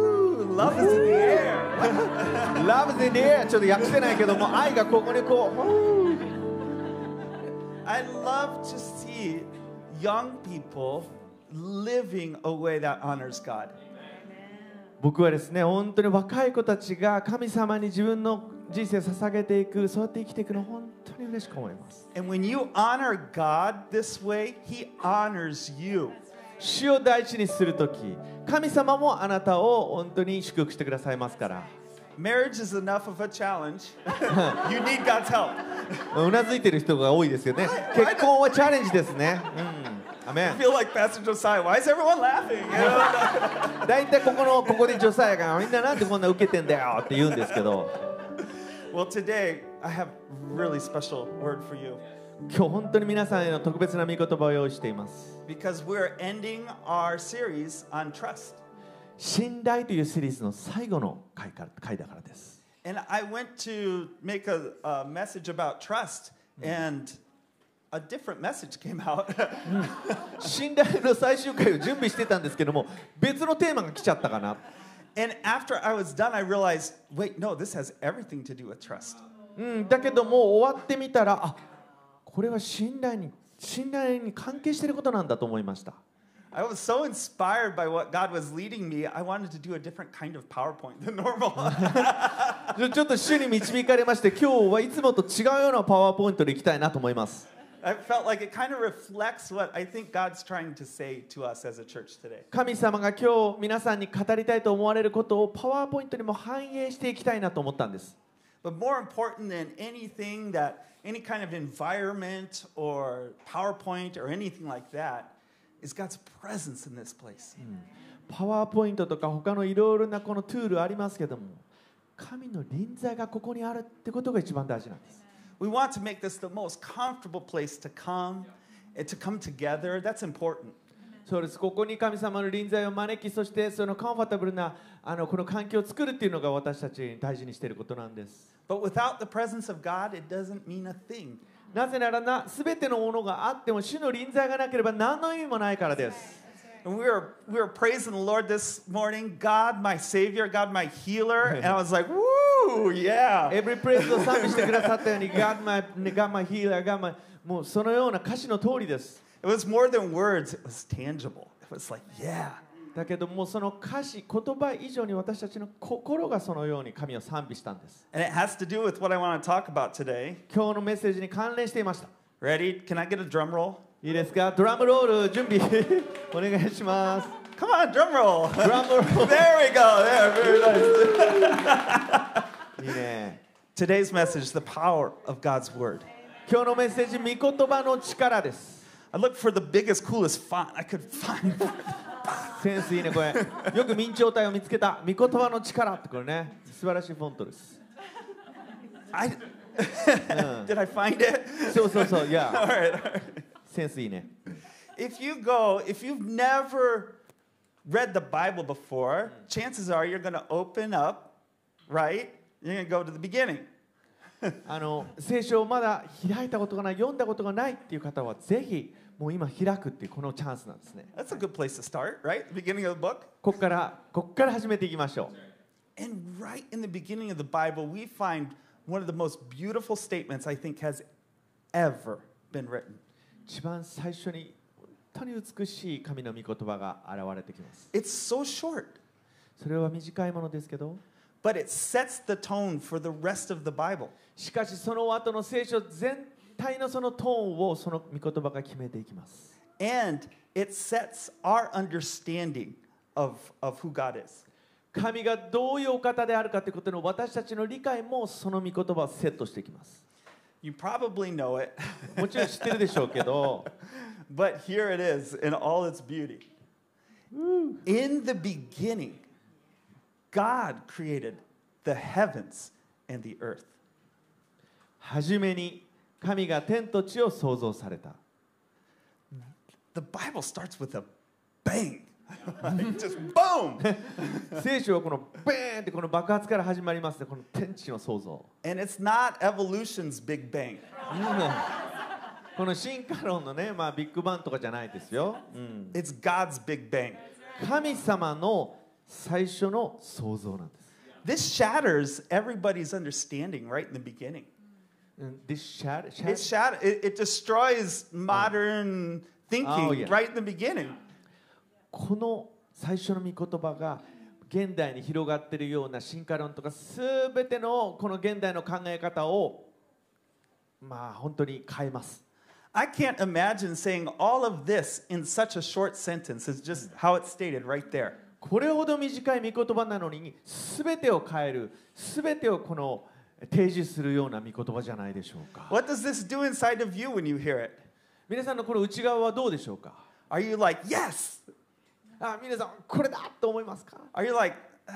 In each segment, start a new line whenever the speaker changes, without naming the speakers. Love is in the air. Love is in the air. ちょっと訳せないけども、愛がここにこう。
I love to see young people living a way that honors God.
僕はですね、本当に若い子たちが神様に自分の人生を捧げていく、そうやって生きていくの本当に嬉しく思います。
And when you honor God this way, He honors you.
主を大事にするとき、神様もあなたを本当に祝福してくださいますから。
Marriage is enough of a challenge. you need God's help.
うなずいてる人が多いですよね。結婚はチャレンジですね。うん。アメ
I
ン。
feel like Pastor Josiah. Why is everyone laughing? You know?
大体ここのここで女性がみんななんでこんな受けてんだよって言うんですけど、
well, today I have really special word for you
今日本当に皆さんへの特別な御言葉を用意しています。
because we're ending our series on trust.
信頼というシリーズの最後の回から回だからです。
And I went to make a, a message about trust, and a different message came out.
信頼の最終回を準備してたんですけども、別のテーマが来ちゃったかな。
and after I was done, I realized wait, no, this has everything to do with trust.
うん。だけどもう終わってみたら、あ、これは信頼に信頼に関係していることなんだと思いました。
I was so inspired by what God was leading me, I wanted to do a different kind of PowerPoint than normal.
ちょちょっと主に導かれまして今日はいつもと違うようなパワーポイントでいきたいなと思います
I felt like it kind of reflects what I think God's trying to say to us as a church today.
神様が今日皆さんに語りたいと思われることをパワーポイントにも反映していきたいなと思ったんです
But more important than anything that any kind of environment or PowerPoint or anything like that is God's presence in this place.
パワーポイントとか他のいろいろなこのトゥールありますけども神の臨在がここにあるってことが一番大事なんです
We want to make this the most comfortable place to come and to come together. That's important.
そうですここに神様の臨在を招きそしてそのカンファタブルなあのこの環境を作るっていうのが私たちに大事にしていることなんです
But without the presence of God, it doesn't mean a thing.
なぜならな全てのものがあっても主の臨在がなければ何の意味もないからです
And we were, we were praising the Lord this morning God, my Savior, God, my healer. And I was like, woo, yeah.
Every praise を賛美してくださったように God my, God my healer, God my もうそのような歌詞の通りです
It was more than words, it was tangible. It was like, yeah.
だけどもうその歌詞言葉以上に私たちの心がそのように神を賛美したんです
And it has to do with what I want to talk about today.
今日のメッセージに関連していました
Ready? Can I get a drum roll?
いいですかドラムロール準備 お願いします
Come on, drum roll.
ドラムロ
there
ー
we go. There, very nice.
ルいいね
Today's message the power of God's word.
今日のメッセージ御言葉の力です
I looked for the biggest, coolest font I could find.
センスいいねこれよく明朝体を見つけた御言葉の力ってこれね素晴らしいフォントです
I, did I find it?
そうそうそう
All
いや
right, all right.
センスいいね
If you go, if you've never read the Bible before, chances are you're going to open up, right? You're going to go to the beginning.
あの聖書をまだ開いたことがない読んだことがないっていう方はぜひもう今開くっていうこのチャンスなんですね
That's a good place to start, right? The beginning of the book.
ここからここから始めていきましょ
And right in the beginning of the Bible, we find one of the most beautiful statements I think has ever been written.
う一番最初に本当に美しい神の御言葉が現れてきます
It's so short,
それは短いものですけど
but it sets the tone for the rest of the Bible.
しかしその後の聖書全体のそのトーンをその御言葉が決めていきます
And it sets our understanding of, of who God is.
神がどういうお方であるかということの私たちの理解もその御言葉をセットしていきます
You probably know it,
もちろん知ってるでしょうけど
but here it is in all its beauty. In the beginning, God created the heavens and the earth.
はじめに神が天と地を創造された
the Bible starts with a bang. Like, just boom.
聖書はこのベーンってこの爆発から始まりますねこの天地の創造
And it's not evolution's big bang.
この進化論のね、まあ、ビッグバンとかじゃないですよ、うん
It's God's big bang.
神様の最初の創造なんです。
This shatters everybody's understanding right in the beginning.
うん This shatter,
It, shatter,
shatter,
it, it destroys modern thinking
Oh, yeah.
right in the beginning.
この最初の御言葉が現代に広がっているような進化論とかすべてのこの現代の考え方をまあ本当に変えます。
I can't imagine saying all of this in such a short sentence. It's just how it's stated right there.
これほど短い御言葉なのに全てを変える全てをこの提示するような御言葉じゃないでしょうか
What does this do inside of you when you hear it?
皆さんのこの内側はどうでしょうか
Are you like, yes?
あ皆さんこれだと思いますか
Are you like, uh,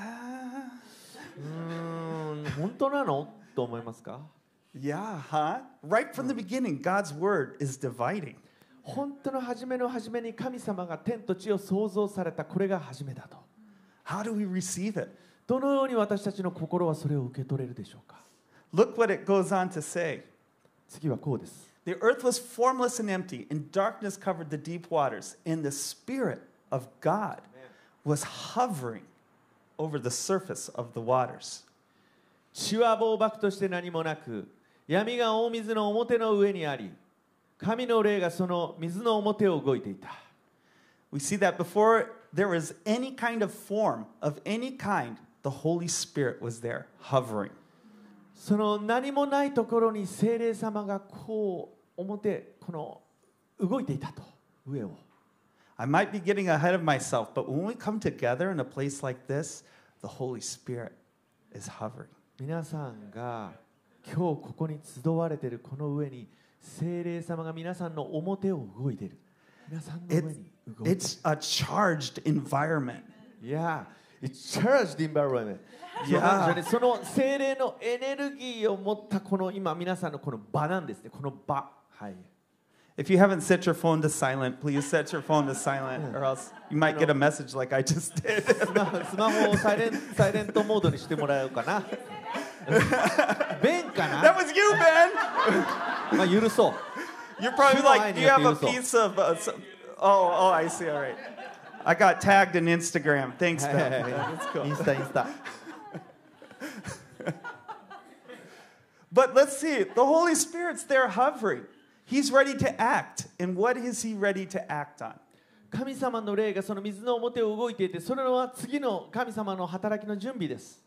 うーん本当なのと思いますか
yeah, huh? Right from the beginning, God's word is dividing.
本当の初めの初めに神様が天と地を創造されたこれが初めだと
How do we receive it?
どのように私たちの心はそれを受け取れるでしょうか
Look what it goes on to say.
次はこうです
The earth was formless and empty, and darkness covered the deep waters, and the Spirit of God was hovering over the surface of the waters.
血は暴漠として何もなく闇が大水の表の上にあり神の霊がその水の表を動いていた
We see that before there was any kind of form of any kind, the Holy Spirit was there hovering.
その何もないところに精霊様がこう表この動いていたと上を
I might be getting ahead of myself, but when we come together in a place like this, the Holy Spirit is hovering.
皆さんが今日ここに集われているこの上に精霊様が皆さんの表を動いている皆さんの上
It-
に動いている
it's a charged environment.
Yeah, it's charged environment. そうなんですよねその精霊のエネルギーを持ったこの今皆さんのこの場なんですね、この場。はい。
If you haven't set your phone to silent, please set your phone to silent, or else you might get a message like I just did.
スマスマホをサイレンサイレントモードにしてもらおうか な。便か
that
な、
was you, Ben.
まあ、許そう。
You're probably
Sure,
like,
I
do
need
you have
to
a
use all."
piece of? Uh, some... Oh, oh, I see. All right. I got tagged in Instagram. Thanks,
はいはい
Ben.
はい
That's cool.
インスタインスタ。
But let's see. The Holy Spirit's there hovering. He's ready to act. And what is he ready to act on?
神様の霊がその水の表を動いていて、それは次の神様の働きの準備です。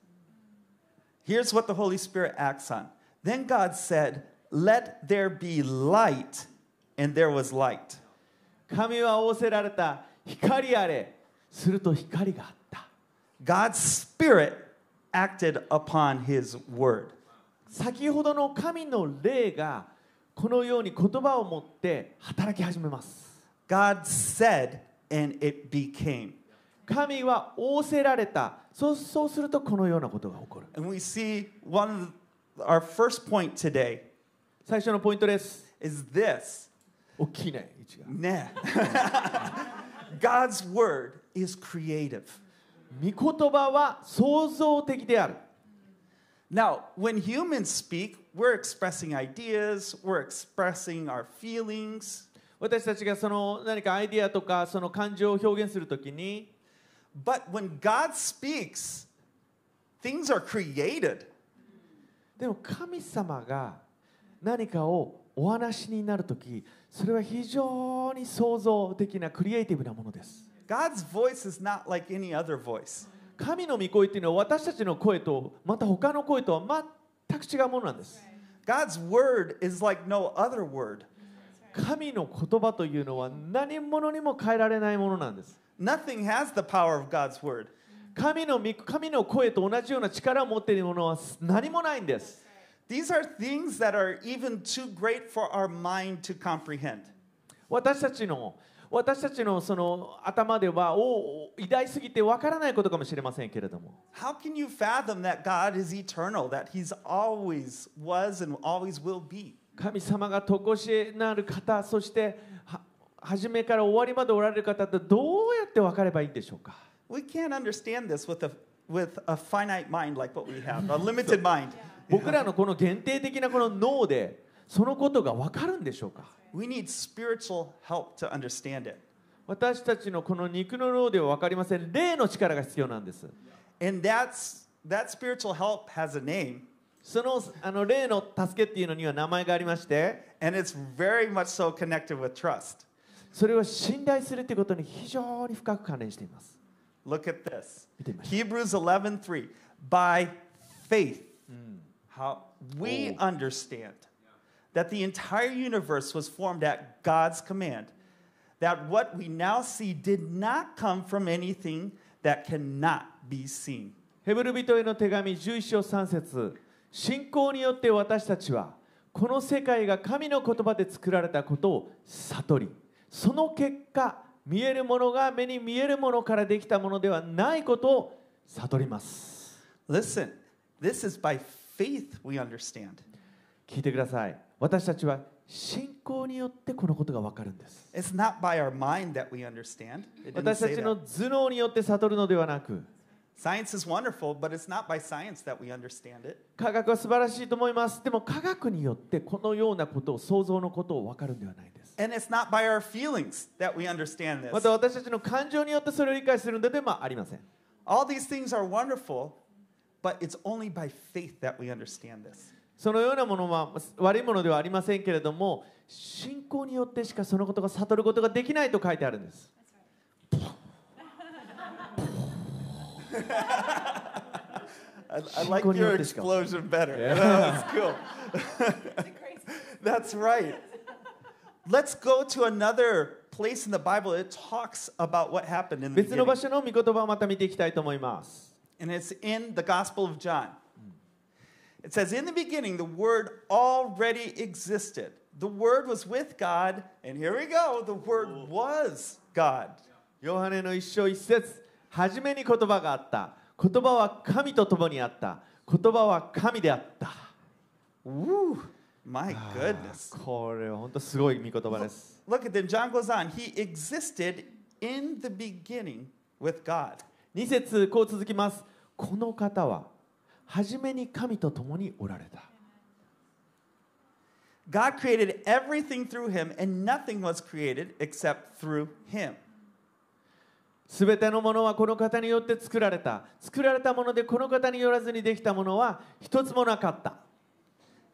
Here's what the Holy Spirit acts on. Then God said, "Let there be light," and there was light.
神は仰せられた光あれ。すると光があった。
God's Spirit acted upon His Word.
先ほどの神の霊がこのように言葉を持って働き始めます
God said, and it became.
神は仰せられたそうそうするとこのようなことが起こる
And we see one of our first point today
最初のポイントです
is this.
大きいね位置が
Nah. God's Word is creative.
御言葉は創造的である
Now, when humans speak, we're expressing ideas, we're expressing our feelings,
私たちがその何かアイディアとかその感情を表現するときに
but when God speaks, things are created.
でも神様が何かをお話しになるときそれは非常に創造的なクリエイティブなものです
God's voice is not like any other voice.
神の御声っていうのは私たちの声とまた他の声とは全く違うものなんです
God's word is like no other word.
神の言葉というのは何者にも変えられないものなんです
Nothing has the power of God's word.
神の御神の声と同じような力を持っているものは何もないんです
These are things that are even too great for our mind to comprehend.
私たちの私たちのその頭ではお偉大すぎてわからないことかもしれませんけれども
How can you fathom that God is eternal, that He's always was and always will be?
神様がとこしえなる方そしては初めから終わりまでおられる方ってどうやって分かればいいんでしょうか
We can't understand this with a, with a finite mind like what we have, a limited mind.
僕らのこの限定的なこの脳でそのことが分かるんでしょうか
We need spiritual help to understand it.
私たちのこの肉の脳では分かりません霊の力が必要なんです
And that's that spiritual help has a name,
そのあの霊の助けっていうのには名前がありまして
and it's very much so connected with trust.
それは信頼するということに非常に深く関連しています
Look at this.
見てみましょう
Hebrews 11:3. By faith, how we
Oh.
understand that the entire universe was formed at God's command, that what we now see did not come from anything that cannot be seen.
ヘブル人への手紙11章3節信仰によって私たちはこの世界が神の言葉で作られたことを悟りその結果見えるものが目に見えるものからできたものではないことを悟ります
Listen, this is by faith we understand.
聞いてください私たちは信仰によってこのことが分かるんです
It's not by our mind that we understand. It didn't
私た
say
ち
that.
の頭脳によって悟るのではなく
Science is wonderful, but it's not by science that we understand it.
科学は素晴らしいと思いますでも科学によってこのようなことを想像のことを分かるんではないです
And it's not by our feelings that we understand
ま
this.
た私たちの感情によってそれを理解するのではありません
All these things are wonderful, but it's only by faith that we understand this.
そのようなものは悪いものではありませんけれども信仰によってしかそのことが悟ることができないと書いてあるんです
I, I like
Shinko
your
Nyote-shika.
explosion better. That was cool. That's right. Let's go to another place in the Bible. It talks about what happened in the
別の場
beginning,
所の御言葉をまた見ていきたいと思います
and it's in the Gospel of John. It says, "In the beginning, the Word already existed. The Word was with God, and here we go. The Word was God."
ヨハネの一生一節初めに言葉があった言葉は神と共にあった言葉は神であった
Woo! My
あー
goodness.
これは本当すごい御言葉です
Look at then John goes on. He existed in the beginning with God.
2節こう続きますこの方は初めに神と共におられた
God created everything through him, and nothing was created except through him.
すべてのものはこの方によって作られた作られたものでこの方によらずにできたものは一つもなかった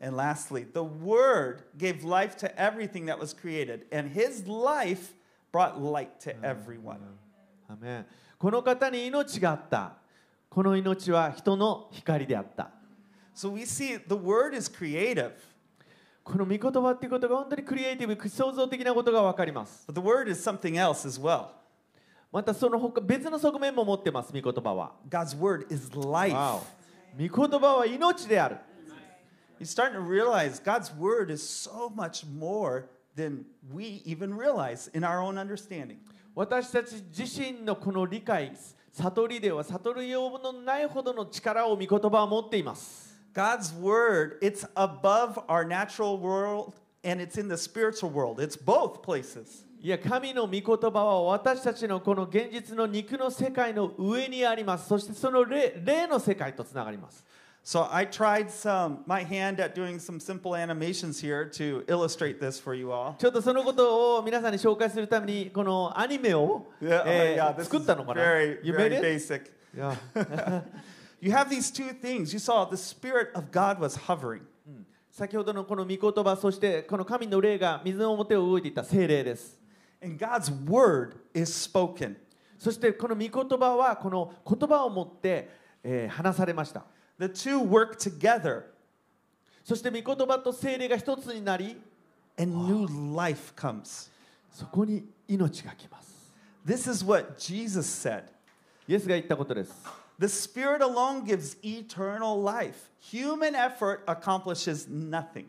And lastly, the Word gave life to everything that was created, and his life brought light to everyone.
アメンこの方に命があったこの命は人の光であった
So we see the Word is creative,
この御言葉っていうことが本当にクリエイティブ創造的なことが分かります
but the Word is something else as well.
またその他別の側面も持ってます御言葉は
God's Word is life.
わお御言葉は命である
You're starting to realize God's word is so much more than we even realize in our own understanding.
私たち自身のこの理解悟りでは悟るようのないほどの力を御言葉は持っています
God's word, it's above our natural world and it's in the spiritual world. It's both places.
いや神の御言葉は私たちのこの現実の肉の世界の上にありますそしてその霊霊の世界とつながります
So I tried some my hand at doing some simple animations here to illustrate this for you all.
ちょっとそのことを皆さんに紹介するためにこのアニメを、
Yeah, oh my
えー
God, this
作
is
ったのかな
very,
You
very
made it?
basic.
いや
You have these two things. You saw the spirit of God was hovering.
先ほどのこの御言葉そしてこの神の霊が水の表を動いていた精霊です
And God's word is spoken.
そしてこの御言葉はこの言葉を持って、えー話されました
The two work together
そして御言葉と精霊が一つになり
and new life comes.
そこに命が来ます
This is what Jesus said.
イエスが言ったことです
The Spirit alone gives eternal life. Human effort accomplishes nothing.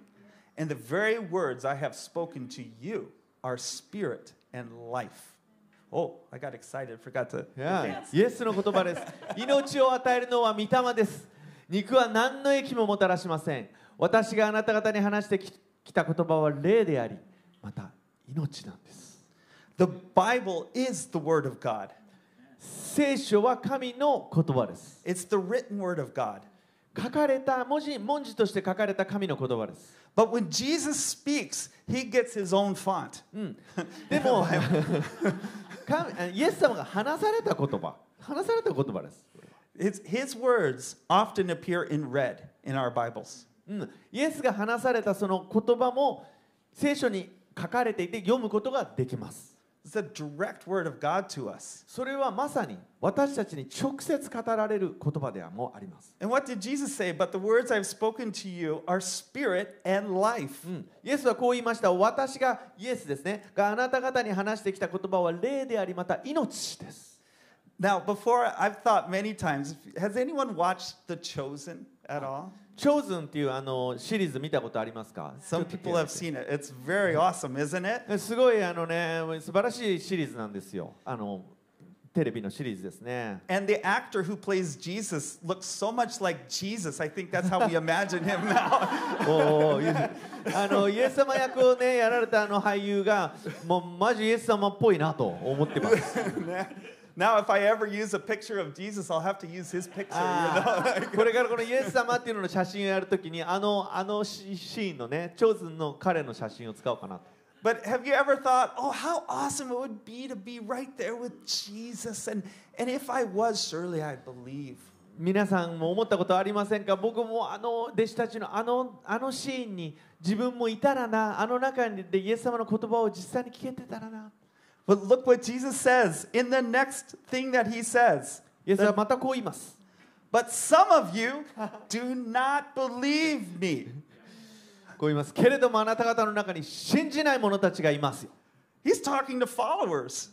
And the very words I have spoken to you are spirit and life. Oh, I got excited, forgot to.
いやイエスの言葉です命を与えるのは御霊です肉は何の益ももたらしません私があなた方に話してききた言葉は霊でありまた命なんです
The Bible is the Word of God,
聖書は神の言葉です
it's the written Word of God.
書かれた文字文字として書かれた神の言葉です
But when Jesus speaks, he gets his own font.
でも神あイエス様が話された言葉話された言葉です、
His, his words often appear in red in our Bibles.
うん、イエスが話されたその言葉も聖書に書かれていて読むことができます
It's a direct word of God to us.
それはまさに私たちに直接語られる言葉ではもうあります、
And what did Jesus say? But the words I've spoken to you are spirit and life.
うん、イエスはこう言いました私がイエスですねがあなた方に話してきた言葉は霊でありまた命です
Now, before I've thought many times, has anyone watched The Chosen at all?
チョーズンっていうあのシリーズ見たことありますか
Some
ちょっと
people have seen it. It's very awesome, isn't it?
すごいあのね素晴らしいシリーズなんですよあのテレビのシリーズですね
And the actor who plays Jesus looks so much like Jesus. I think that's how we imagine him now.
おーイエスあのイエス様役をねやられたあの俳優がもうマジイエス様っぽいなと思ってます
now, if I ever use a picture of Jesus, I'll have to use his picture. You know?
あーこれからこのイエス様っていうのの写真をやるときにあのあのシシーンのねチョーズンの彼の写真を使おうかなと
But have you ever thought, oh, how awesome it would be to be right there with Jesus? And, and if I was, surely I'd believe.
皆さんも思ったことありませんか僕もあの弟子たちのあのあのシーンに自分もいたらなあの中でイエス様の言葉を実際に聞けてたらな
But look what Jesus says in the next thing that he says.
イエスはまたこう言います。
But some of you do not believe me.
こう言います。けれどもあなた方の中に信じない者たちがいますよ。
He's talking to followers.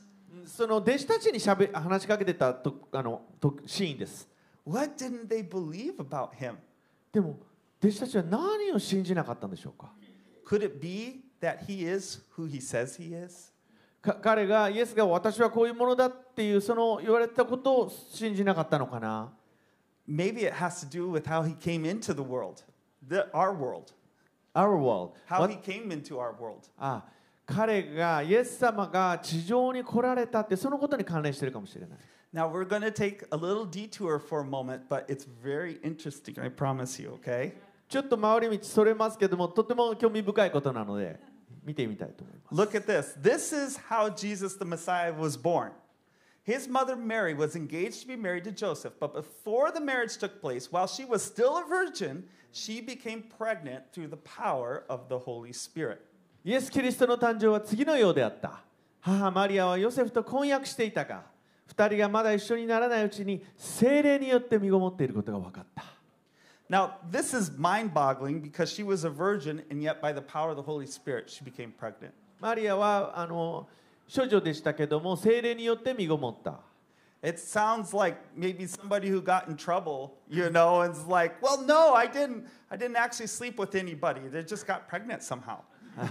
その弟子たちにしゃべ話しかけてたとあのとシーンです。
What didn't they believe about him?
でも弟子たちは何を信じなかったんでしょうか
Could it be that he is who he says he is?
か彼がイエスが私はこういうものだっていうその言われたことを信じなかったのかな
Maybe it has to do with how he came into the world, the, our world,
?Our world.
how
わ
he came into our world.
あ彼がイエス様が地上に来られたってそのことに関連してるかもしれない。
Now we're going to take a little detour for a moment, but it's very interesting, I promise you, okay?
ちょっと回り道それますけどもとても興味深いことなので見てみたいと思いま
Look
す。
at this. This is how Jesus the Messiah was born. His mother Mary was engaged to be married to Joseph, but before the marriage took place, while she was still a virgin, she became pregnant through the power of the Holy Spirit.
イエス・キリストの誕生は次のようであった。母マリアはヨセフと婚約していたが、二人がまだ一緒にならないうちに精霊によって身ごもっていることが分かった。
Now, this is mind boggling because she was a virgin, and yet by the power of the Holy Spirit, she became pregnant.
マリアはあの処女でしたけども、精霊によって身ごもった。
It sounds like maybe somebody who got in trouble, you know, and's like, well, no, I didn't. I didn't actually sleep with anybody. They just got pregnant somehow.
あ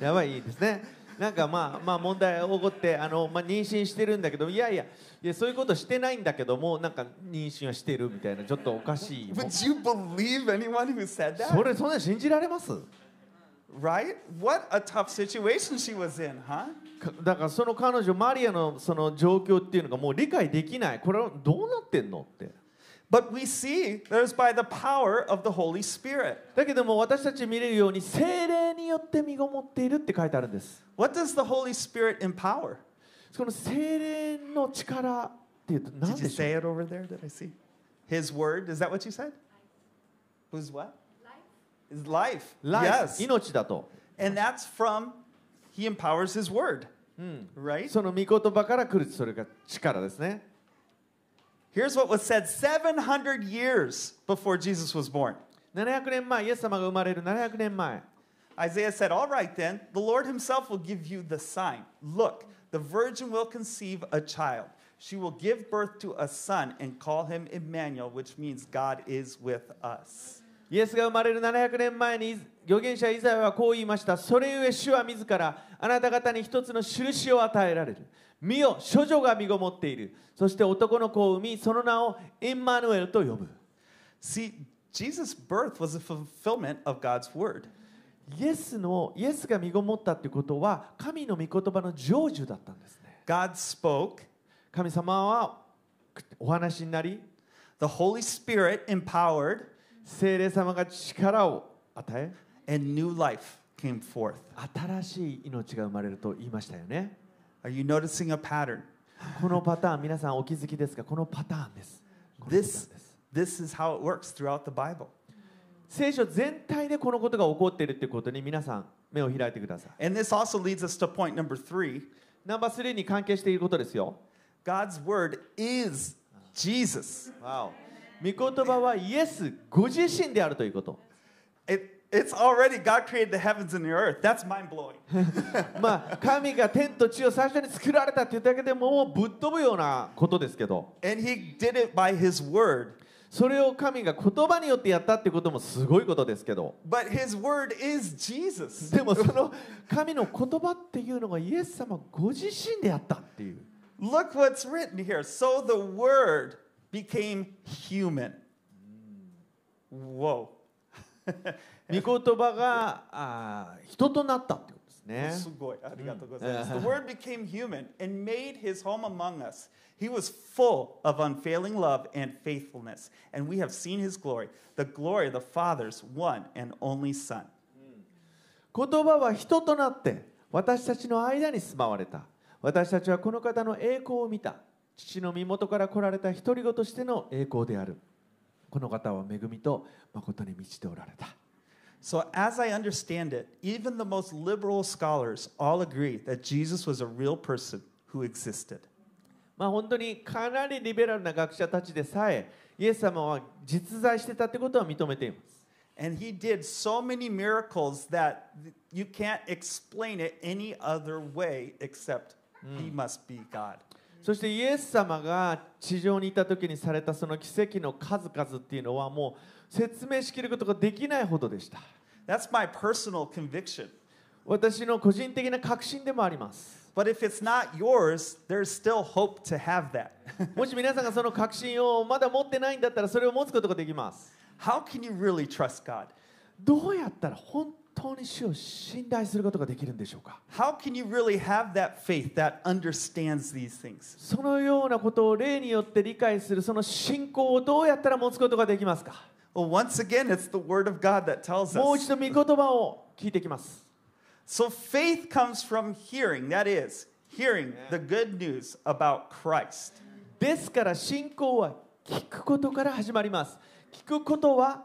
やばいですね。なんかまあまあ問題起こってあの、まあ、妊娠してるんだけどいやいやいやそういうことしてないんだけどもなんか妊娠はしてるみたいなちょっとおかしいもん
Would you believe anyone who said that?
それそんな信じられます
Right? What a tough situation she was in, huh?
かだからその彼女マリアのその状況っていうのがもう理解できないこれはどうなってんのって
But we see there's by the power of the Holy Spirit.
だけども私たち見れるように精霊によって身ごもっているって書いてあるんです
What does the Holy Spirit empower?
その精霊の力っていうと何
Did you
でしょう
say it over there? Did I see? His word, is that what you said? Who's what? Life. His life.
ライフ
Yes.
命だと、
And that's from he empowers his word,
うん、
right?
その御言葉から来るそれが力ですね
Here's what was said 700 years before Jesus was born.
700年前イエス様が生まれる700年前
Isaiah said, All right, then, the Lord himself will give you the sign. Look, the virgin will conceive a child. She will give birth to a son and call him Emmanuel, which means God is with us.
イエスが生まれる700年前に預言者イザヤはこう言いました。それゆえ主は自らあなた方に一つの印を与えられる。見よ、処女が身ごもっている。そして男の子を産み、その名をエンマヌエルと呼ぶ。
See, Jesus' birth was a fulfillment of God's word.
イエスのイエスが身ごもったってことは神の御言葉の成就だったんですね。
God spoke,
神様はお話になり、
the Holy Spirit empowered,
聖霊様が力を与え、
and new life came forth.
新しい命が生まれると言いましたよね。
Are you noticing a pattern?
このパターン皆さんお気づきですかこのパターンですこのパターン
This- This is how it works throughout the Bible.
聖書全体でこのことが起こっているということに皆さん目を開いてください
And this also leads us to point number three
ナンバー3に関係していることですよ
God's word is Jesus.
わお御言葉はイエスご自身であるということ
It, it's already God created the heavens and the earth. That's mind blowing.
まあ神が天と地を最初に作られたっていうだけでもうぶっ飛ぶようなことですけど
and He did it by His word.
それを神が言葉によってやったっていうこともすごいことですけど
But His word is Jesus.
でもその神の言葉っていうのがイエス様ご自身でやったっていう
Look what's written here. So the word became human. Whoa.
御言葉があー人となったってことですね
Sugoi. Arigatou gozaimasu. The word became human and made his home among us. He was full of unfailing love and faithfulness, and we have seen his glory, the glory of the Father's one and only Son.
言葉は人となって私たちの間に住まわれた私たちはこの方の栄光を見た父の身元から来られた独り子としての栄光であるこの方は恵みと誠に満ちておられた
So, as I understand it, even the most liberal scholars all agree that Jesus was a real person who existed.
まあ本当にかなりリベラルな学者たちでさえイエス様は実在してたってことは認めています
And he did so many miracles that you can't explain it any other way except he must be God.
そしてイエス様が地上にいた時にされたその奇跡の数々っていうのはもう説明しきることができないほどでした
That's my personal conviction.
私の個人的な確信でもあります
But if it's not yours, there's still hope to have that.
もし皆さんがその確信をまだ持ってないんだったらそれを持つことができます
How can you really trust God?
どうやったら本当に主を信頼することができるんでしょうか
How can you really have that faith that understands these things?
そのようなことを例によって理解するその信仰をどうやったら持つことができますか
Well, once again, it's the Word of God that tells
もう一
us.
度御言葉を聞いてきます
So faith comes from hearing, that is, hearing the good news about Christ.
ですから信仰は聞くことから始まります聞くことは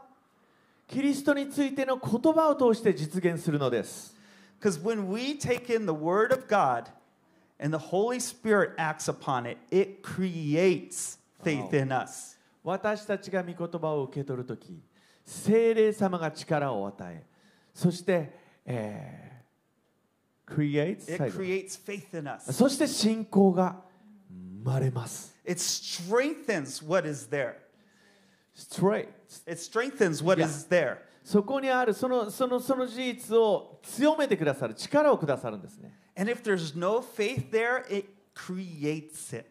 キリストについての言葉を通して実現するのです
Because when we take in the Word of God and the Holy Spirit acts upon it, it creates faith
Wow.
in us.
私たちが御言葉を受け取るとき聖霊様が力を与えそして、えー creates-
It
最後
creates faith in us.
そして信仰が生まれます。
It strengthens what is there.
Straight.
It strengthens what is there.
Yeah. そこにあるそのそのその事実を強めてくださる力をくださるんですね。
And if there's no faith there, it creates it.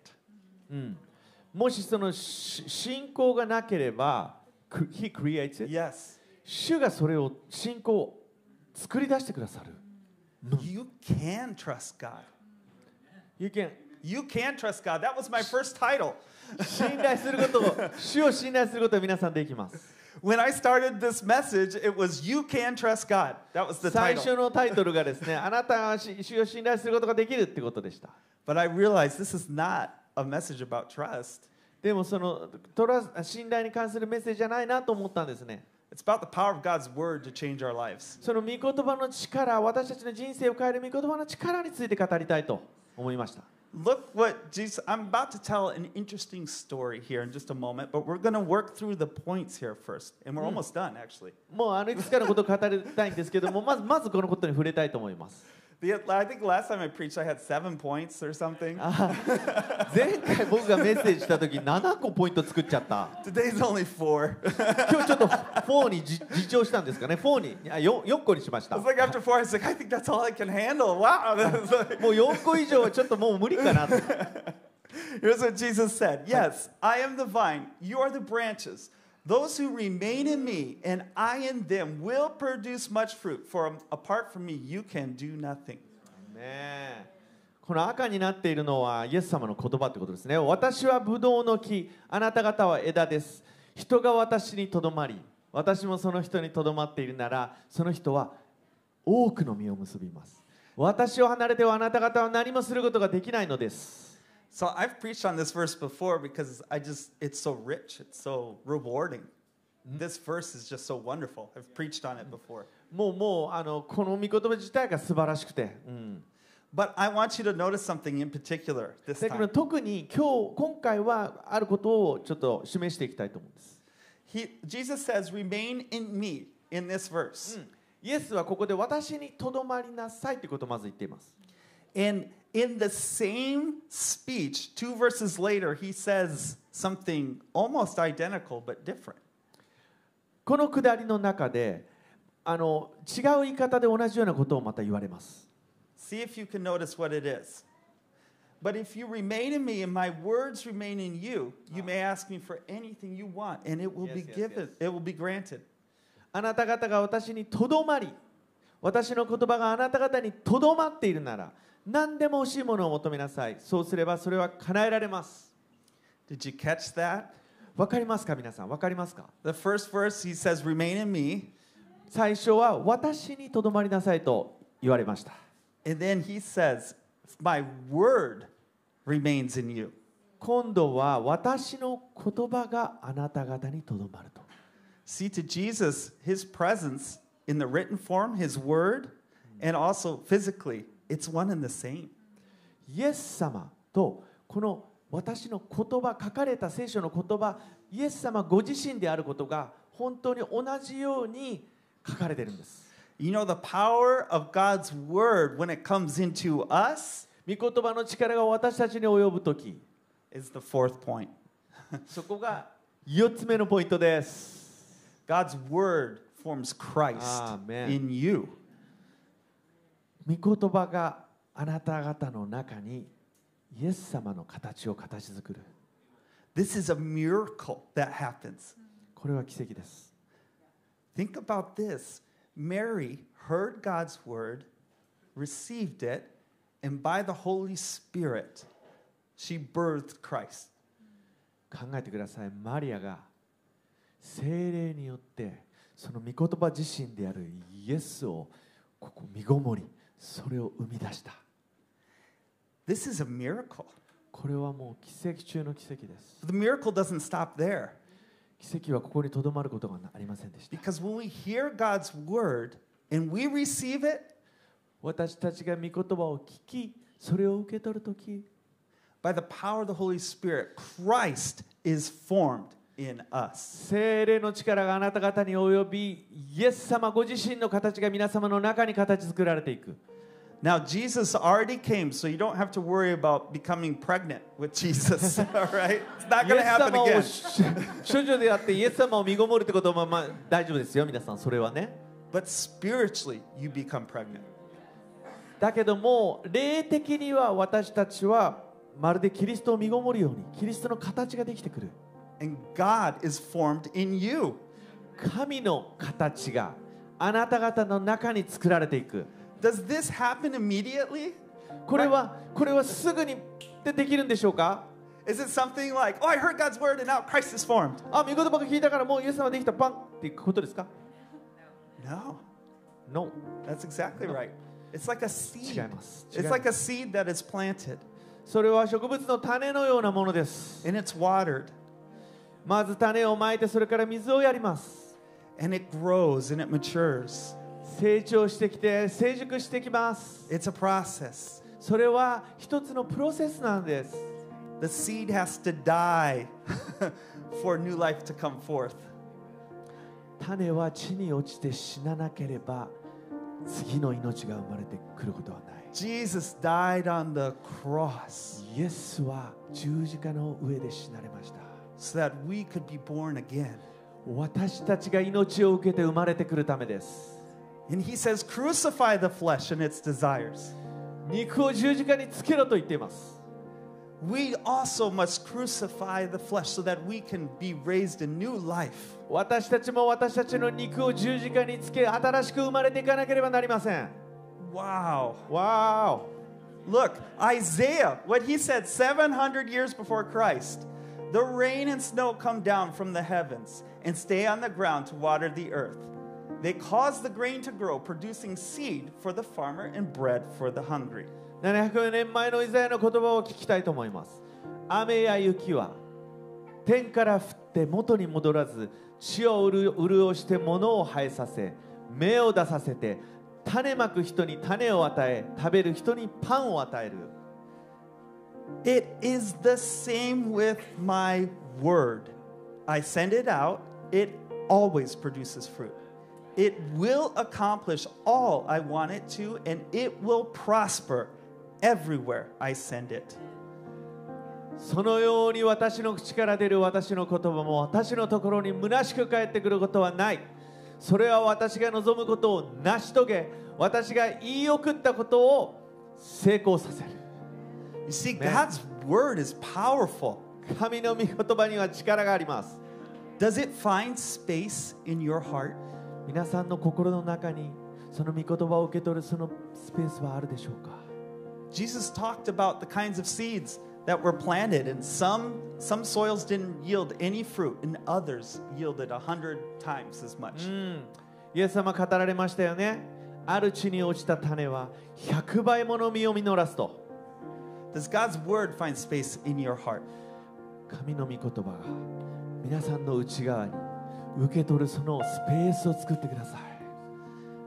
もしそのし信仰がなければ、く He creates it.
Yes.
主がそれを信仰を作り出してくださる。
You can trust God.
You can
You can trust God. That was my first title.
信頼するこ とを主を信頼することは皆さんできます
When I started this message, it was You Can Trust God. That was the
最
title.
初のタイトルがですねあなたはし主を信頼することができるってことでした
But I realized this is not a message about trust.
でもそのトラス信頼に関するメッセージじゃないなと思ったんですね
It's about the power of God's word to change our lives.
その御言葉の力私たちの人生を変える御言葉の力について語りたいと思いました
Look what Jesus, I'm about to tell an interesting story here in just a moment, but we're going to work through the points here first. And we're almost done, actually.
もうあのいくつかのことを語りたいんですけどもまずまずこのことに触れたいと思います
The, I think last time I preached, I had seven points or something.
前回僕がメッセージした時7個ポイント作っちゃった
Today's only four. It's
今日ちょっと4に自自重したんですかね4にあ 4, 4個にしました
like after four, I was like, I think that's all I can handle. Wow. That was like-
もう4個以上はちょっともう無理かなって
Here's what Jesus said Yes, I am the vine, you are the branches. Those who remain in me and I in them will produce much fruit, for um, apart from me, you can do nothing.
ねえこの赤になっているのはイエス様の言葉ってことですね私はブドウの木あなた方は枝です人が私にとどまり私もその人にとどまっているならその人は多くの実を結びます私を離れてはあなた方は何もすることができないのです。
So I've preached on this verse before because I just it's so rich, it's so rewarding. This verse is just so wonderful. I've preached on it before.
もうもうあのこの御言葉自体が素晴らしくて、うん、
But I want you to notice something in particular this
だけど
time.
特に今日今回はあることをちょっと示していきたいと思うんです。
He, Jesus says, "Remain in me" in this verse.
Hmm. イエスはここで私にとどまりなさいということをまず言っています。
And in the same speech, two verses later, he says something almost identical but different.
このくだりの中であの違う言い方で同じようなことをまた言われます。
See if you can notice what it is. But if you remain in me and my words remain in you, you may ask me for anything you want and it will
Ah. Yes,
be
yes,
given,
yes.
it will be granted.
あなた方が私にとどまり私の言葉があなた方にとどまっているなら何でも欲しいものを求めなさいそうすればそれは叶えられます
Did you catch that?
わかりますか皆さんわかりますか
The first verse he says remain in me
最初は私にとどまりなさいと言われました
and then he says my word remains in you.
今度は私の言葉があなた方にとどまると
See to Jesus his presence in the written form, his word and also physically, it's one and the same.
イエス様とこの私の言葉書かれた聖書の言葉イエス様ご自身であることが本当に同じように書かれてるんです
You know the power of God's word when it comes into us
御言葉の力が私たちに及ぶ時
is the fourth point.
そこが4つ目のポイントです
God's word forms Christ
Amen.
in you.
御言葉があなた方の中にイエス様の形を形作る
This is a miracle that happens.
これは奇跡です
Think about this. Mary heard God's word, received it, and by the Holy Spirit, she birthed Christ.
考えてくださいマリアが精霊によってその御言葉自身であるイエスをここ身ごもりそれを生み出した
This is a miracle.
これはもう奇跡中の奇跡です
The miracle doesn't stop there
奇跡はここにとどまることがありませんでした
because when we hear God's word and we receive it,
私たちが御言葉を聞きそれを受け取るとき
by the power of the Holy Spirit, Christ is formed in us.
精霊の力があなた方に及びイエス様ご自身の形が皆様の中に形作られていく
Now, Jesus already came, so you don't have to worry about becoming pregnant with Jesus, all right? It's not
イ
going
エ
to
ス
happen
様を
again.
処女であ ってイエス様を身ごもるってこともまあ大丈夫ですよ皆さんそれはね
But spiritually, you become pregnant.
だけども霊的には私たちはまるでキリストを身ごもるようにキリストの形ができてくる
And God is formed in you.
神の形があなた方の中に作られていく
Does this happen immediately?
これはこれはすぐにでできるんでしょうか
Is it something like, oh, I heard God's word and now Christ is formed?
あ、御言葉が聞いたからもうイエス様できたパンっていうことですか
No,
?No、
that's exactly right. It's like a seed.
違います。
It's like a seed that is planted
それは植物の種のようなものです。
and it's watered
まず種をまいてそれから水をやります。
and it grows and it matures.
成長してきて成熟してきます。
It's a process.
それは一つのプロセスなんです。
The seed has to die for new life to come forth.
種は地に落ちて死ななければ次の命が生まれてくることはない。
Jesus died on the cross
イエスは十字架の上で死なれました。
so that we could be born again.
私たちが命を受けて生まれてくるためです。
And he says, Crucify the flesh and its desires.
肉を十字架につけろと言っています。
We also must crucify the flesh so that we can be raised in new life.
私たちも私たちの肉を十字架につけ新しく生まれていかなければなりません
Wow.
わー
Look, Isaiah, what he said 700 years before Christ the rain and snow come down from the heavens and stay on the ground to water the earth, They caused the grain to grow, producing seed for the farmer and bread for the hungry.
700年前のイザヤの言葉を聞きたいと思います雨や雪は天から降って元に戻らず地を潤潤して物を生えさせ芽を出させて種まく人に種を与え食べる人にパンを与える
It is the same with my word. I send it out, it always produces fruit. It will accomplish all I want it to, and it will prosper everywhere I send it.
そのように私の口から出る私の言葉も私のところに虚しく返ってくることはないそれは私が望むことを成し遂げ私が言い送ったことを成功させる
You see,
Man.
God's word is powerful.
神の御言葉には力があります
Does it find space in your heart?
皆さんの心の中にその御言葉を受け取るそのスペースはあるでしょうか
Jesus talked about the kinds of seeds that were planted, and some, some soils didn't yield any fruit, and others yielded a hundred times as much.
うんイエス様語られましたよねある地に落ちた種は100倍もの実を実らすと
Does God's word find space in your heart?
神の御言葉が皆さんの内側に受け取るそのスペースを作ってくださ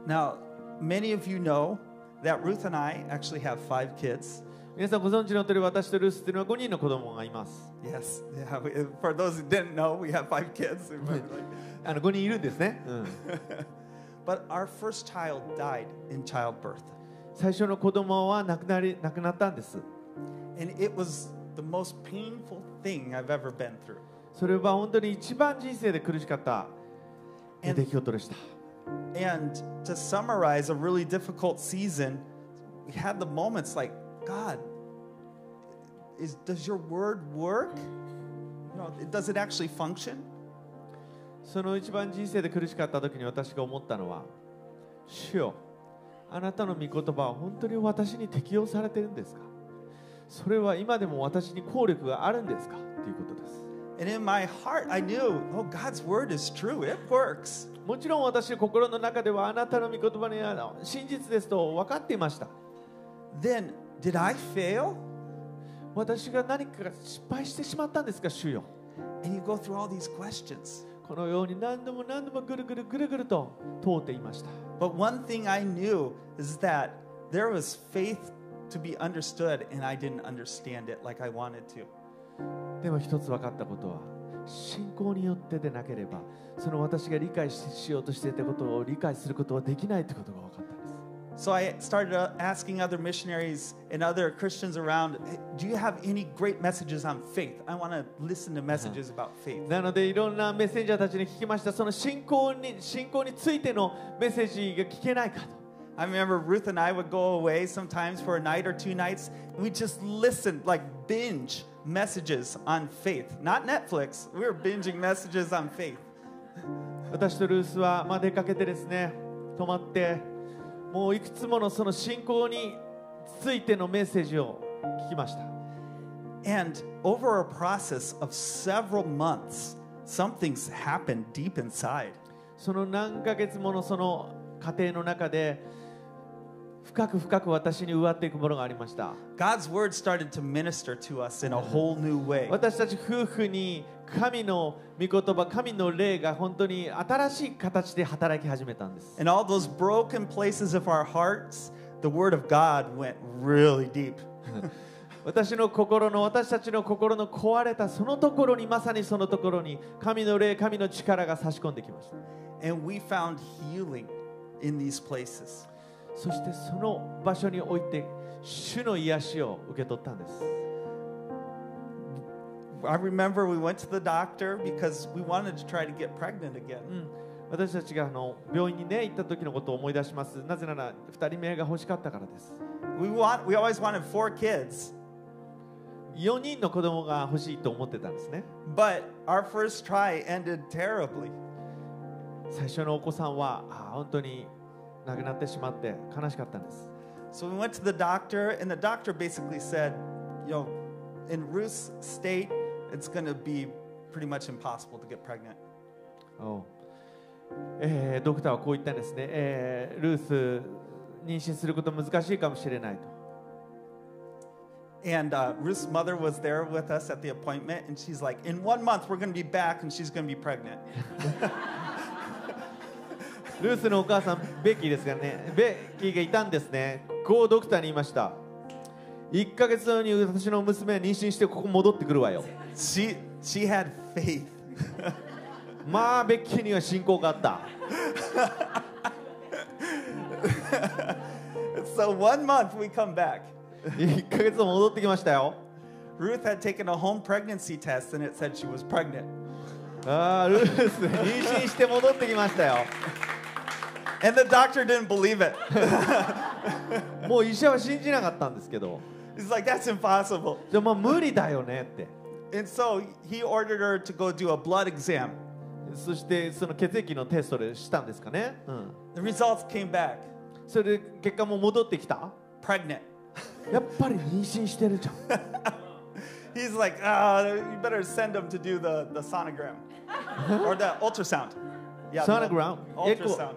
い
Now, many of you know that Ruth and I actually have five kids.
皆さんご存知の通り私とルースというのは5人の子供がいます
Yes, yeah, we, for those who didn't know, we have five kids. We were like-
あの5人いるんですね、うん、
but our first child died in childbirth,
最初の子供は亡くなり亡くなったんです
and it was the most painful thing I've ever been through.
それは本当に一番人生で苦しかった出来事でした
And to summarize a really difficult season, we had the moments like, God, is, does your word work? You know, does it actually function?
その一番人生で苦しかった時に私が思ったのは主よあなたの御言葉は本当に私に適用されてるんですかそれは今でも私に効力があるんですかということです
And in my heart, I knew, oh, God's word is true. It works.
もちろん私の心の中ではあなたの御言葉にあの真実ですと分かっていました
Then, did I fail?
私が何か失敗してしまったんですか主よ
And you go through all these questions.
このように何度も何度もぐるぐるぐるぐると通っていました
But one thing I knew is that there was faith to be understood, and I didn't understand it like I wanted to.
でも一つ分かったことは信仰によってでなければその私が理解ししようとしていたことを理解することはできないということが分かったんです
So I started uh, asking other missionaries and other Christians around, "Hey, do you have any great messages on faith? I want to listen to messages about faith.
なのでいろんなメッセンジャーたちに聞きましたその信仰に信仰についてのメッセージが聞けないかと
I remember Ruth and I would go away sometimes for a night or two nights. We just listened, like binge messages on faith. Not Netflix. We were binging messages on faith.
私とルースは、まあ、出かけてですね泊まってもういくつものその信仰についてのメッセージを聞きました
And over a process of several months, something's happened deep inside.
その何ヶ月ものその過程の中で深く深く私に植わっていくものがありました
God's word started to minister to us in a whole new way.
私たち夫婦に神の御言葉神の霊が本当に新しい形で働き始めたんです
In all those broken places of our hearts, the word of God went really deep.
私の心の私たちの心の壊れたそのところにまさにそのところに神の霊神の力が差し込んできました
And we found healing in these places.
そしてその場所において主の癒しを受け取ったんです
I remember we went to the doctor because we wanted to try to get pregnant
う
again.
ん、私たちがあの病院にね行った時のことを思い出しますなぜなら2人目が欲しかったからです
Mm. We want we always wanted four kids,
4人の子供が欲しいと思ってたんですね
but our first try ended terribly.
最初のお子さんはあー本当に亡くなってしまって悲しかったんです
So we went to the doctor and the doctor basically said, you know, in Ruth's state, it's going to be pretty much impossible to get pregnant.
おうえードクターはこう言ったんですね、えールース妊娠すること難しいかもしれないと
And uh, Ruth's mother was there with us at the appointment, and she's like, In one month, we're going to be back, and she's going to be pregnant.
ルースのお母さんベッキーですからねベッキーがいたんですねこうドクターに言いました1ヶ月後に私の娘は妊娠してここ戻ってくるわよ
She, she had faith.
まあベッキーには信仰があった
So, one month, we come back.
1ヶ月後戻ってきましたよ
Ruth had taken a home pregnancy test, and it said she was pregnant.
あールース妊娠して戻ってきましたよ
And the doctor didn't believe it.
もう医者は信じなかったんですけど
He's like, That's impossible.
じゃあまあ無理だよねって
And so, he ordered her to go do a blood exam.
そしてその血液のテストでしたんですかね、うん、
The results came back
それで結果も戻ってきた
pregnant.
やっぱり妊娠してるじゃん
He's like, uh, you better send him to do the, the sonogram or the ultrasound. Yeah, the
Sonogram.
Ultrasound.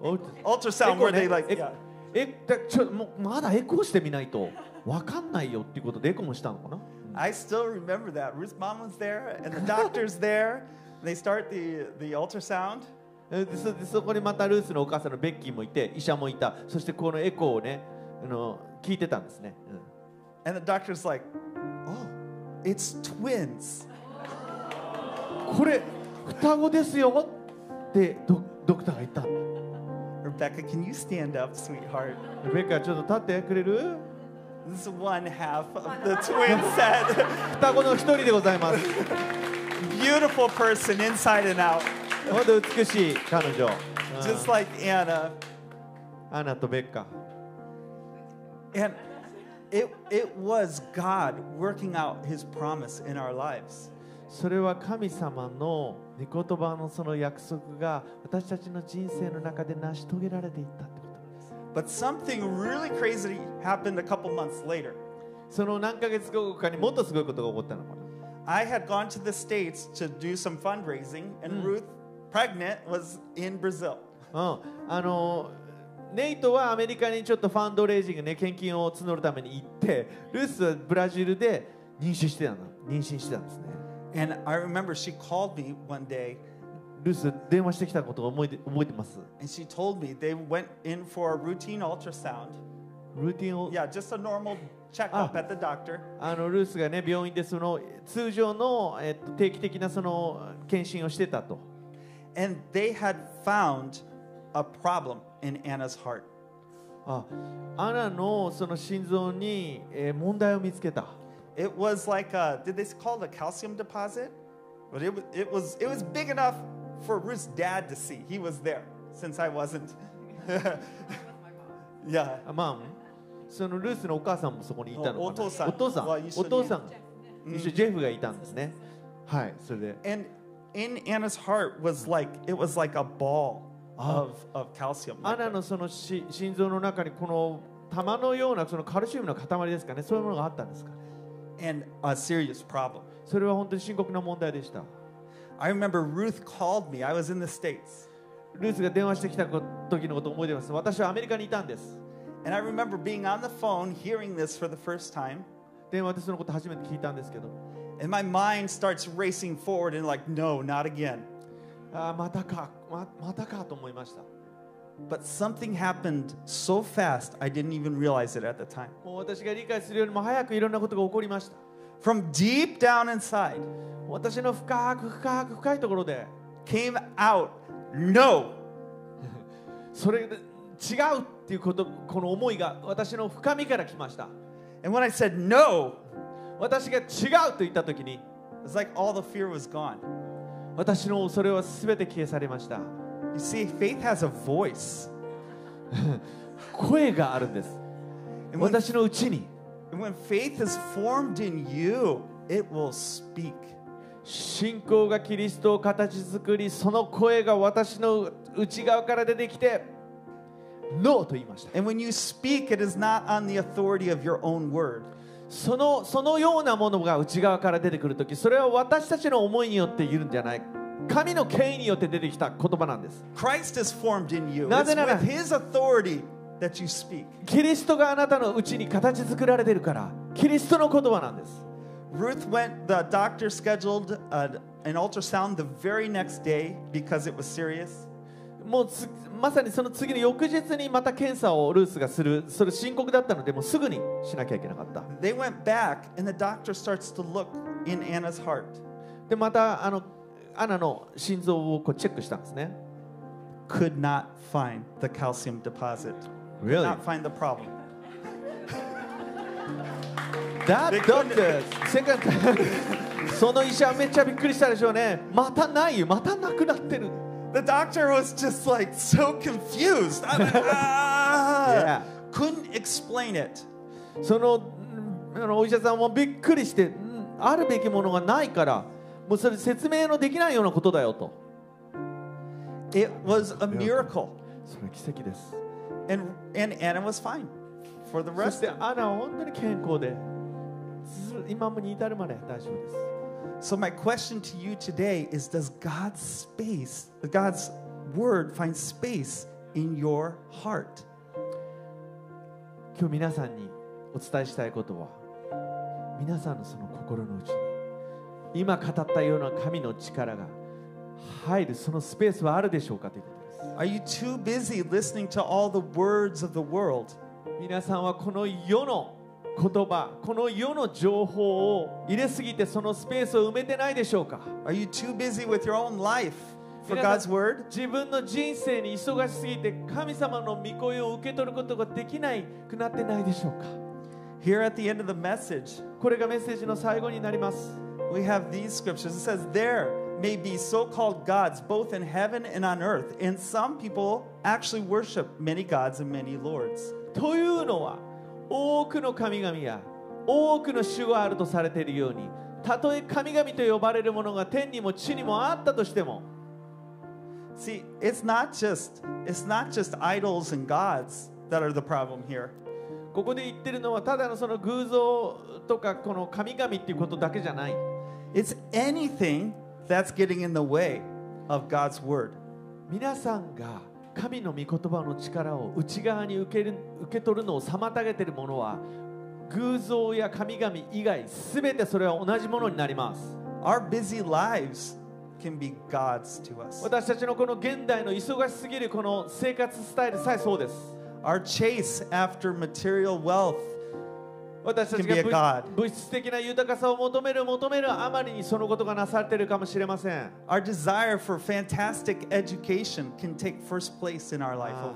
お
Ultrasound where they like,
エ
yeah.
えだちょもうまだエコーしてみないと分かんないよっていうことでエコーもしたのかな
I still remember that. Ruth's mom was there and the doctor's there. They start the, the ultrasound.
えでそでそこにまたルースのお母さんのベッキーもいて医者もいたそしてこのエコーをねあの聞いてたんですね、
And the doctor's like, oh, it's twins.
うんこれ双子ですよってドドクターが言った
Rebecca, can you stand up, sweetheart?
ベッカーちょっと立ってくれる
This is one half of the twin set.
双子の一人でございます
Beautiful person inside and out.
ほんと美しい彼女、うん
Just like Anna.
アナとベッカ
And it, it was God working out his promise in our lives.
それは神様の御言葉のその約束が私たちの人生の中で成し遂げられていったってことなんです
But something really crazy happened a couple months later.
その何ヶ月後かにもっとすごいことが起こったのかな
I had gone to the States to do some fundraising, and Ruth, pregnant, was in Brazil.
うん、あのネイトはアメリカにちょっとファンドレイジングね献金を募るために行ってルースはブラジルで妊娠してたの妊娠してたんですね
And I remember she called me one day
ルース電話してきたことを覚えて覚えてます
and she told me they went in for a routine ultrasound.
ルーティンを
Yeah, just a normal checkup
Ah.
at the doctor.
あのルースがね病院でその通常の、えっと、定期的なその検診をしてたと
And they had found a problem in Anna's heart.
あアナのその心臓に、えー問題を見つけた
It was like a, did they call it a calcium deposit? But it, wa- it was it was big enough for Ruth's dad to see. He was there since I wasn't. yeah.
あまあそのルースのお母さんもそこにいたのかな
おお父さん
お父さん
は一緒
お
に
父さん一緒ジェフがいたんですねはいそれで
And in Anna's heart was like it was like a ball of, of calcium.
ア
like that.
ナのそのし心臓の中にこの玉のようなそのカルシウムの塊ですかねそういうものがあったんですか
And a serious problem.
それは本当に深刻な問題でした
I remember Ruth called me. I was in the States.
ルースが電話してきたこ時のことを覚えてます私はアメリカにいたんです
And I remember being on the phone, hearing this for the first time.
電話でそのこと初めて聞いたんですけど
And my mind starts racing forward and like, no, not again.
ああまたかままたかと思いました
But something happened so fast, I didn't even realize it at the time.
もう私が理解するよりも早くいろんなことが起こりました
From deep down inside
私の深く深く深いところで
came out, no.
それで違うっていうことこの思いが私の深みから来ました
And when I said no,
私が違うと言った時に
it's like all the fear was gone.
私の恐れは全て消え去りました
You see, faith has a voice.
声があるんです
ん
私のうちに
And when faith is formed in you, it will speak.
信仰がキリストを形作りその声が私の内側から出てきてノーと言いました
And when you speak, it is not on the authority of your own word.
そのそのようなものが内側から出てくるときそれは私たちの思いによって言うんじゃない神の権威によって出てきた言葉なんです
Christ is formed in you.
な
It's
ぜなら
with His authority that you speak.
キリストがあなたのうちに形作られてるからキリストの言葉なんです
Ruth went, the doctor scheduled uh, an ultrasound the very next day because it was serious.
もうつまさにその次の翌日にまた検査をルースがするそれ深刻だったのでもうすぐにしなきゃいけなかった
They went back, and the doctor starts to look in Anna's heart.
でまたあのアナの心臓をこうチェックしたんですね
Could not find the calcium deposit.
Really?
Not find the problem.
That
They
doctor second その医者はめっちゃびっくりしたでしょうねまたないよまたなくなってる
The doctor was just like so confused. I'm like, "Ah."
Yeah.
Couldn't explain it.
そのんあのお医者さんもびっくりしてんあるべきものがないからもうそれ説明のできないようなことだよと
It was a miracle.
それ奇跡です
And, and Anna was fine for the
そし
rest.
てアナは本当に健康でず今もに至るまで大丈夫です
So my question to you today is does God's space, God's word find space in your heart?
今日皆さんにお伝えしたいことは皆さんのその心の内に今語ったような神の力が入るそのスペースはあるでしょうかということです
Are you too busy listening to all the words of the world?
皆さんはこの世の言葉この世の情報を入れすぎてそのスペースを埋めてないでしょうか
Are you too busy with your own life for
皆さん
God's word?
自分の人生に忙しすぎて神様の御声を受け取ることができないくなってないでしょうか
Here at the end of the message,
これがメッセージの最後になります
we have these scriptures. It says, There may be so called gods both in heaven and on earth, and some people actually worship many gods and many lords.
というのは多くの神々や多くの主があるとされているようにたとえ神々と呼ばれるものが天にも地にもあったとしても
See, it's not just it's not just idols and gods that are the problem here.
ここで言ってるのはただのその偶像とかこの神々っていうことだけじゃない
It's anything that's getting in the way of God's word.
皆さんが神の御言葉の力を内側に受ける受け取るのを妨げているものは偶像や神々以外全てそれは同じものになります
Our busy lives can be gods to us.
私たちのこの現代の忙しすぎるこの生活スタイルさえそうです
Our chase after material wealth
私たち
Can be a
が
god.
物物質的な豊かさを求める求めるあまりにそのことがなされているかもしれません
Our desire for fantastic education can take first place in our life
Ah.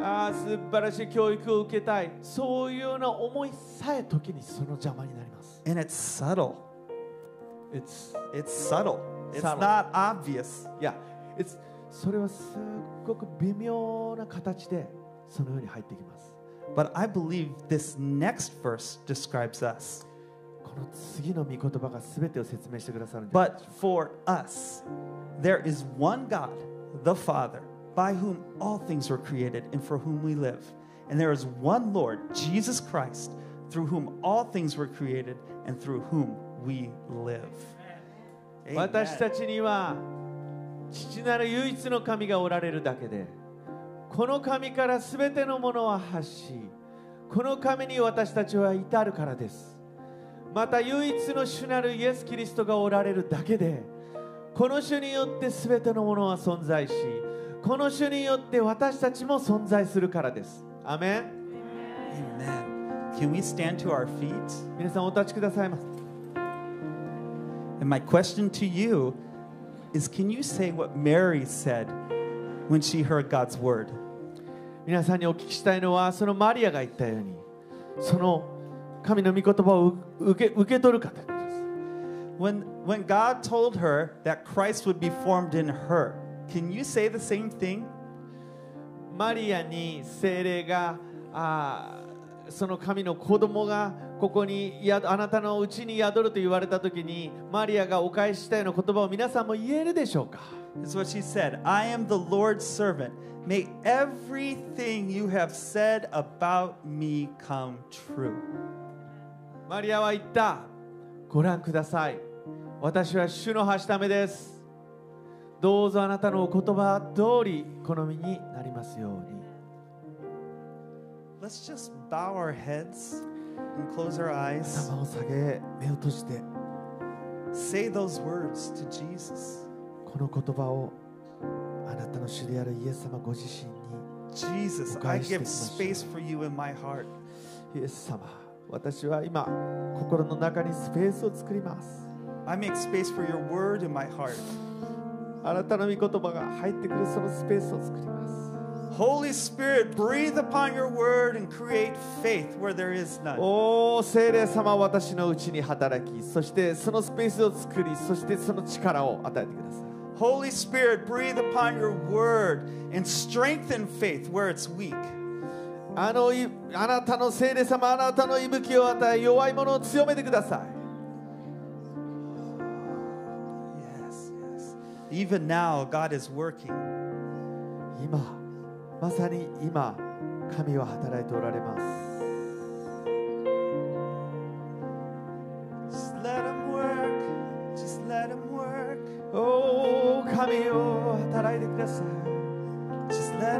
over.
ああ素晴らしい教育を受けたいそういうような思いさえ時にその邪魔になります
And it's subtle.
It's
It's subtle. It's
Subtle.
not obvious.
いや It's それはすっごく微妙な形でそのように入ってきます
But I believe this next verse describes us.
この次の御言葉が全てを説明してくださるんです
But for us, there is one God, the Father, by whom all things were created and for whom we live. And there is one Lord, Jesus Christ, through whom all things were created and through whom we live.
私
Amen.
たちには父なる唯一の神がおられるだけでこの神からすべてのものは発しこの神に私たちは至るからですまた唯一の主なるイエス・キリストがおられるだけでこの主によってすべてのものは存在しこの主によって私たちも存在するからですアメン
Amen. Can we stand to our feet?
皆さんお立ちくださいませ
And my question to you is can you say what Mary said when she heard God's word?
皆さんにお聞きしたいのはそのマリアが言ったようにその神の御言葉を受け受け取るかということです
When, when God told her that Christ would be formed in her, can you say the same thing?
マリアに精霊があーその神の子供がここにやあなたのうちに宿ると言われた時にマリアがお返ししたような言葉を皆さんも言えるでしょうか
Is what she said I am the Lord's servant. May everything you have said about me come true.
マリアは言ったご覧ください私は主のはしためですどうぞあなたのお言葉通り好みになりますように
Let's just bow our heads and close our eyes.
頭を下げ目を閉じて
Say those words to Jesus.
この言葉をあなたの主であるイエス様ご自身に
Jesus, I give space for you in my heart.
イエス様私は今心の中にスペースを作ります
I make space for your word in my heart.
あなたの御言葉が入ってくるそのスペースを作ります
Holy Spirit, breathe upon your word and create faith where there is
Oh.
none.
おお聖霊様私のうちに働きそしてそのスペースを作りそしてその力を与えてください
Holy Spirit, breathe upon your word and strengthen faith where it's weak.
あのいあなたの聖霊様あなたの息吹を与え弱い者を強めてください
Yes, yes. Even now, God is working.
今まさに今神は働いておられます
Just let Him work. Just let Him work.
おお神を働いてください